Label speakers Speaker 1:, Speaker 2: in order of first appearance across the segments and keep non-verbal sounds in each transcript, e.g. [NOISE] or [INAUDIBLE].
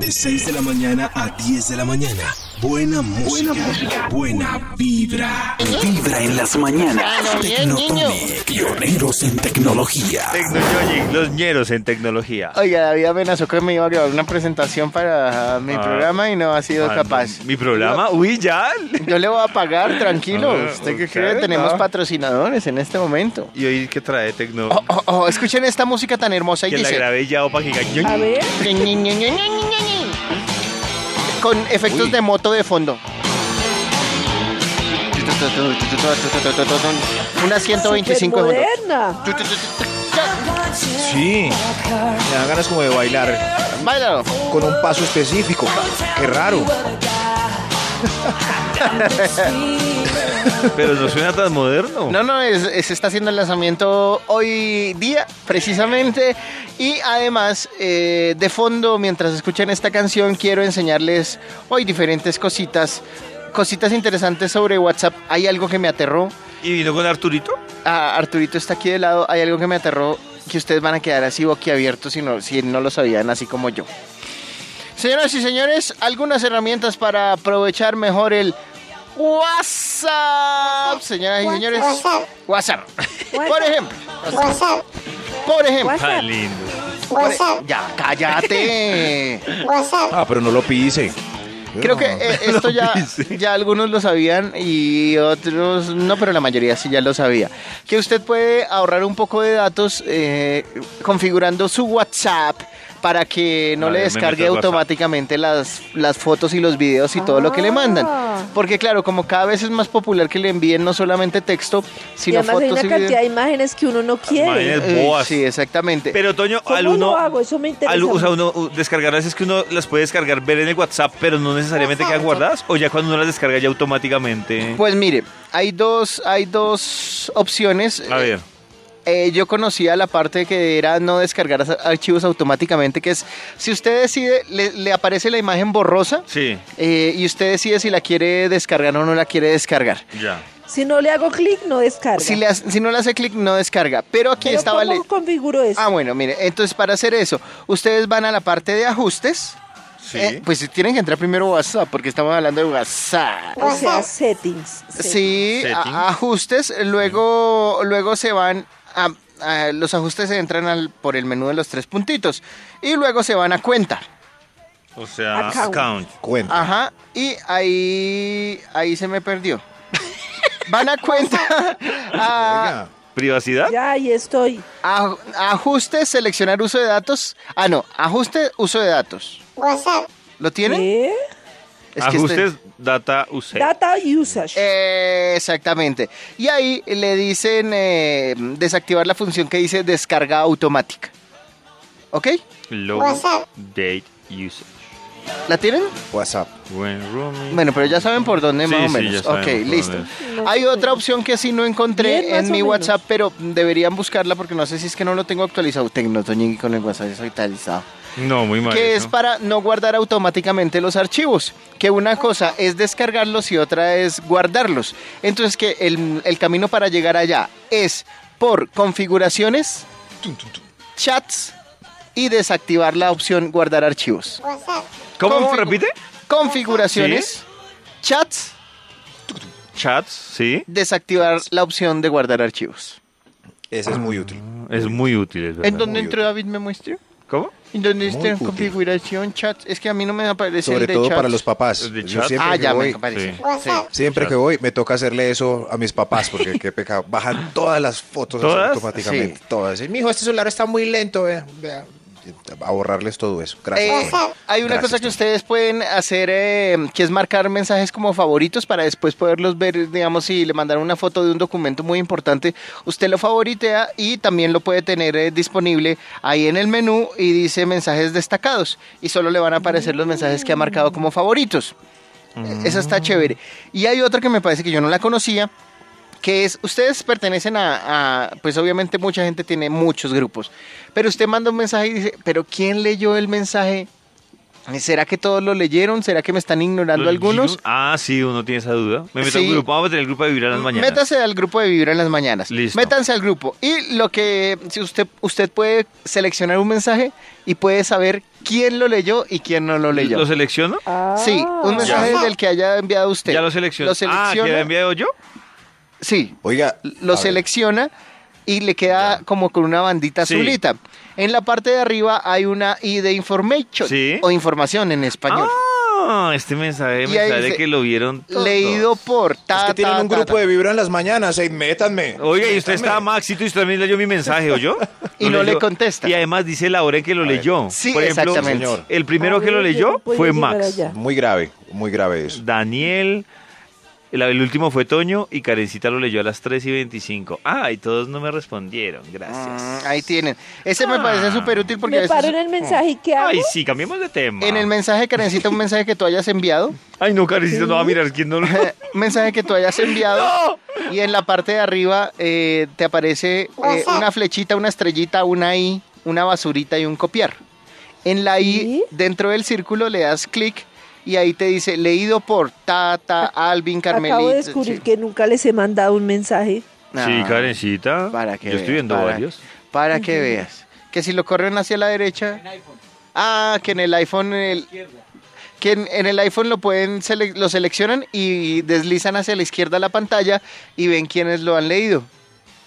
Speaker 1: De 6 de la mañana a 10 de la mañana. Buena música. Buena, vibra. Vibra en las mañanas.
Speaker 2: Ah, no, bien,
Speaker 1: Tecnotonic. Pioneros en tecnología.
Speaker 3: Tecnoyoyic, los ñeros en tecnología.
Speaker 2: Oiga, David amenazó que me iba a grabar una presentación para mi
Speaker 3: Ah.
Speaker 2: programa y no ha sido
Speaker 3: Ah,
Speaker 2: capaz.
Speaker 3: Mi programa, uy, ya.
Speaker 2: Yo le voy a pagar, tranquilo.
Speaker 3: Ah,
Speaker 2: ¿Usted qué
Speaker 3: ok,
Speaker 2: cree? Tenemos
Speaker 3: no.
Speaker 2: patrocinadores en este momento.
Speaker 3: Y hoy que trae tecno.
Speaker 2: Oh, oh, oh, escuchen esta música tan hermosa y
Speaker 3: que la
Speaker 2: dice...
Speaker 3: grabé ya opa giga.
Speaker 4: A ver,
Speaker 2: Con efectos
Speaker 3: Uy.
Speaker 2: de moto de fondo. Una 125 de fondo.
Speaker 4: moderna.
Speaker 5: Sí, me dan ganas como de bailar
Speaker 2: Báilalo.
Speaker 5: con un paso específico. Qué raro.
Speaker 3: Pero no suena tan moderno.
Speaker 2: No, no, es- es- se está haciendo el lanzamiento hoy día, precisamente. Y además, eh, de fondo, mientras escuchan esta canción, quiero enseñarles hoy diferentes cositas. Cositas interesantes sobre WhatsApp. Hay algo que me aterró.
Speaker 3: ¿Y vino con Arturito?
Speaker 2: Ah, Arturito está aquí de lado. Hay algo que me aterró que ustedes van a quedar así boquiabiertos si no, si no lo sabían, así como yo. Señoras y señores, algunas herramientas para aprovechar mejor el WhatsApp. Señoras y señores, WhatsApp. Por ejemplo,
Speaker 6: WhatsApp,
Speaker 2: por ejemplo. e-
Speaker 4: WhatsApp.
Speaker 3: Tan lindo.
Speaker 6: WhatsApp,
Speaker 2: Ya, cállate.
Speaker 6: WhatsApp,
Speaker 5: Ah, pero no lo pise. Ah.
Speaker 2: Creo que
Speaker 3: [LAUGHS]
Speaker 2: eh, esto ya,
Speaker 3: dice.
Speaker 2: ya algunos lo sabían y otros no, pero la mayoría sí ya lo sabía. Que usted puede ahorrar un poco de datos eh, configurando su WhatsApp para que no
Speaker 3: Vale,
Speaker 2: le
Speaker 3: me meto
Speaker 2: descargue
Speaker 3: al WhatsApp.
Speaker 2: automáticamente las, las fotos y los videos y todo lo que le mandan.
Speaker 4: Ah.
Speaker 2: Porque claro, como cada vez es más popular que le envíen no solamente texto,
Speaker 4: Y
Speaker 2: sino
Speaker 4: además hay
Speaker 2: fotos
Speaker 4: una
Speaker 2: y
Speaker 4: cantidad
Speaker 2: videos.
Speaker 4: de imágenes que uno no quiere.
Speaker 3: Imágenes boas.
Speaker 2: sí, exactamente.
Speaker 3: Pero Toño,
Speaker 4: ¿Cómo
Speaker 3: al
Speaker 4: lo
Speaker 3: uno.
Speaker 4: hago? Eso me interesa
Speaker 3: al- o sea, uno
Speaker 4: mucho.
Speaker 3: uh, descargarlas es que uno las puede descargar, ver en el WhatsApp, pero no necesariamente quedan guardadas. O ya cuando uno las descarga ya automáticamente.
Speaker 2: Pues mire, hay dos, hay dos opciones.
Speaker 3: A ver.
Speaker 2: Eh, yo conocía la parte que era no descargar as- archivos automáticamente, que es si usted decide, le, le aparece la imagen borrosa
Speaker 3: Sí,
Speaker 2: eh, y usted decide si la quiere descargar o no la quiere descargar.
Speaker 3: ya.
Speaker 4: Si no le hago clic, no descarga.
Speaker 2: Si, le hace- si no le hace clic, no descarga. Pero aquí
Speaker 4: Pero
Speaker 2: estaba...
Speaker 4: ¿Cómo
Speaker 2: le-
Speaker 4: configuro eso?
Speaker 2: Ah, bueno, mire, entonces para hacer eso, ustedes van a la parte de ajustes.
Speaker 3: Sí.
Speaker 2: Eh, pues tienen que entrar primero a WhatsApp, porque estamos hablando de WhatsApp.
Speaker 4: o sea, settings.
Speaker 2: Sí,
Speaker 3: Settings.
Speaker 2: a- ajustes, luego, luego se van a, a- los ajustes se entran al- por el menú de los tres puntitos y luego se van a cuenta.
Speaker 3: O sea,
Speaker 4: Account.
Speaker 3: account.
Speaker 5: Cuenta.
Speaker 2: Ajá, y ahí ahí se me perdió. Van a cuenta a,
Speaker 5: Oiga,
Speaker 3: ¿Privacidad?
Speaker 4: Ya ahí estoy.
Speaker 2: a- a ajustes, seleccionar uso de datos. Ah, no, ajuste, uso de datos.
Speaker 6: WhatsApp,
Speaker 2: ¿Lo tienen?
Speaker 4: ¿Qué?
Speaker 2: Es que este estoy-
Speaker 3: Ajustes, data, UC.
Speaker 4: Data usage.
Speaker 2: Eh, exactamente. Y ahí le dicen eh, desactivar la función que dice descarga automática. ¿Ok?
Speaker 3: Low
Speaker 6: WhatsApp.
Speaker 3: date usage.
Speaker 2: ¿La tienen?
Speaker 5: WhatsApp.
Speaker 3: When roaming.
Speaker 2: Bueno, pero ya saben por dónde
Speaker 3: Sí,
Speaker 2: más o
Speaker 3: sí,
Speaker 2: menos.
Speaker 3: ya saben
Speaker 2: ok,
Speaker 3: por
Speaker 2: listo.
Speaker 3: dónde
Speaker 4: No
Speaker 2: Hay
Speaker 4: sé.
Speaker 2: otra opción que sí no encontré
Speaker 4: Bien, más
Speaker 2: en
Speaker 4: o
Speaker 2: mi
Speaker 4: menos.
Speaker 2: WhatsApp, pero deberían buscarla porque no sé si es que no lo tengo actualizado. Tengo Toñi con el WhatsApp actualizado.
Speaker 3: No, muy mal.
Speaker 2: que es
Speaker 3: eso.
Speaker 2: para no guardar automáticamente los archivos, que una cosa es descargarlos y otra es guardarlos. Entonces que el, el camino para llegar allá es por configuraciones, chats y desactivar la opción guardar archivos.
Speaker 6: WhatsApp,
Speaker 3: ¿Cómo, cómo
Speaker 2: Configu-
Speaker 3: repite?
Speaker 2: Configuraciones, chats,
Speaker 3: Chats, sí.
Speaker 2: desactivar la opción de guardar archivos.
Speaker 5: Ese es
Speaker 2: Mm.
Speaker 5: muy útil.
Speaker 3: Es muy útil, es verdad.
Speaker 2: ¿En
Speaker 5: Muy
Speaker 2: dónde entró David me muestra?
Speaker 3: ¿Cómo?
Speaker 2: ¿En dónde
Speaker 5: Muy
Speaker 2: está
Speaker 5: útil.
Speaker 2: configuración, chats? Es que a mí no me aparece el
Speaker 5: Sobre
Speaker 2: de
Speaker 5: todo para
Speaker 2: chats.
Speaker 5: los papás.
Speaker 3: ¿El de
Speaker 5: Yo
Speaker 3: chat?
Speaker 5: siempre
Speaker 2: Ah,
Speaker 5: que
Speaker 2: ya me
Speaker 5: voy,
Speaker 2: aparece.
Speaker 3: Sí.
Speaker 6: WhatsApp,
Speaker 5: siempre que voy, me toca hacerle eso a mis papás porque qué pecado. Bajan todas las fotos
Speaker 3: ¿Todas?
Speaker 5: automáticamente. Todas. Y, Mijo, este celular está muy lento. vea, vea". A borrarles todo eso. Gracias.
Speaker 2: Eh,
Speaker 5: Toño.
Speaker 2: hay una
Speaker 5: Gracias,
Speaker 2: cosa que
Speaker 5: Toño.
Speaker 2: ustedes pueden hacer, eh, que es marcar mensajes como favoritos para después poderlos ver, digamos, si le mandaron una foto de un documento muy importante, usted lo favoritea y también lo puede tener eh, disponible ahí en el menú y dice mensajes destacados y solo le van a aparecer los mensajes que ha marcado como favoritos. Eh, Esa está chévere. Y hay otra que me parece que yo no la conocía, que es, ustedes pertenecen a, a- pues obviamente mucha gente tiene muchos grupos, pero usted manda un mensaje y dice, pero ¿quién leyó el mensaje ¿Será que todos lo leyeron? ¿Será que me están ignorando
Speaker 3: Los
Speaker 2: algunos?
Speaker 3: Giro- Ah, sí, uno tiene esa duda. Me meto
Speaker 2: Sí. Mm,
Speaker 3: al grupo, vamos a meter el grupo de vibrar las mañanas.
Speaker 2: Métase al grupo de Vibra en las mañanas.
Speaker 3: Listo.
Speaker 2: Métanse al grupo. Y lo que, si usted, usted puede seleccionar un mensaje y puede saber quién lo leyó y quién no lo leyó.
Speaker 3: ¿Lo selecciono?
Speaker 4: Ah.
Speaker 2: Sí, un mensaje del que haya enviado usted.
Speaker 3: Ya lo selecciono.
Speaker 2: Lo selecciona.
Speaker 3: Ah, ¿que lo he enviado yo?
Speaker 2: Sí,
Speaker 5: Oiga,
Speaker 2: lo
Speaker 5: a ver.
Speaker 2: selecciona y le queda como con una bandita
Speaker 3: Sí.
Speaker 2: azulita. En la parte de arriba hay una I de information
Speaker 3: Sí.
Speaker 2: o información en español.
Speaker 3: Ah, este mensaje me
Speaker 2: Y ahí
Speaker 3: sale
Speaker 2: dice,
Speaker 3: que lo vieron todos.
Speaker 2: Leído por ta,
Speaker 5: Es que tienen
Speaker 2: ta,
Speaker 5: un
Speaker 2: ta,
Speaker 5: grupo
Speaker 2: ta.
Speaker 5: de vibra en las mañanas, ey, métanme.
Speaker 3: Oye, y usted está Maxito y usted también leyó mi mensaje, ¿o yo?
Speaker 2: [LAUGHS] Y no le contesta.
Speaker 3: Y además dice la hora en que lo leyó.
Speaker 2: Sí,
Speaker 3: Por ejemplo,
Speaker 2: exactamente.
Speaker 5: señor.
Speaker 3: El primero
Speaker 4: Ay,
Speaker 3: que lo
Speaker 4: yo
Speaker 3: leyó
Speaker 4: no podía
Speaker 3: fue
Speaker 4: llegar
Speaker 3: Max.
Speaker 4: allá.
Speaker 5: Muy grave, muy grave eso.
Speaker 3: Daniel. El, el último fue Toño y Karencita lo leyó a las 3 y 25. Ah, y todos no me respondieron. Gracias.
Speaker 2: Mm, Ahí tienen. Ese me
Speaker 3: Ah.
Speaker 2: parece súper útil porque a
Speaker 4: me
Speaker 2: veces-
Speaker 4: paro en el mensaje y ¿qué hago?
Speaker 3: Ay, sí, cambiemos de tema.
Speaker 2: en el mensaje, Karencita, un mensaje que tú hayas enviado.
Speaker 3: Ay, no, Karencita, no va a mirar quién no
Speaker 2: [LAUGHS]
Speaker 3: lo...
Speaker 2: eh, mensaje que tú hayas enviado. Y en la parte de arriba eh, te aparece eh,
Speaker 6: Ojo.
Speaker 2: una flechita, una estrellita, una I, una basurita y un copiar. En la I,
Speaker 4: ¿Sí?
Speaker 2: dentro del círculo, le das clic y ahí te dice leído por Tata, Alvin, Carmelita.
Speaker 4: Acabo de descubrir
Speaker 2: sí.
Speaker 4: que nunca les he mandado un mensaje.
Speaker 2: Ah,
Speaker 3: Sí, Karencita.
Speaker 2: Para que
Speaker 3: Yo estoy
Speaker 2: veas,
Speaker 3: viendo
Speaker 2: para-
Speaker 3: varios.
Speaker 2: Para que veas. Que si lo corren hacia la derecha. Ah, que en el iPhone. el- que en, en el iPhone lo pueden sele- lo seleccionan y deslizan hacia la izquierda la pantalla y ven quiénes lo han leído.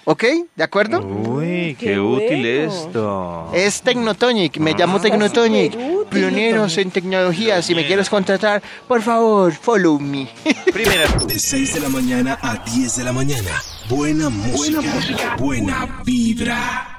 Speaker 2: ¿Ok? ¿De acuerdo?
Speaker 3: Uy, qué,
Speaker 4: Qué
Speaker 3: útil
Speaker 4: bueno.
Speaker 3: esto.
Speaker 2: Es Tecnotonic, me llamo Tecnotonic.
Speaker 4: superútil,
Speaker 2: Pioneros en tecnología, si me quieres contratar, por favor, follow me.
Speaker 3: Primera.
Speaker 1: De 6 de la mañana a 10 de la mañana. Buena música. Buena música. Buena vibra.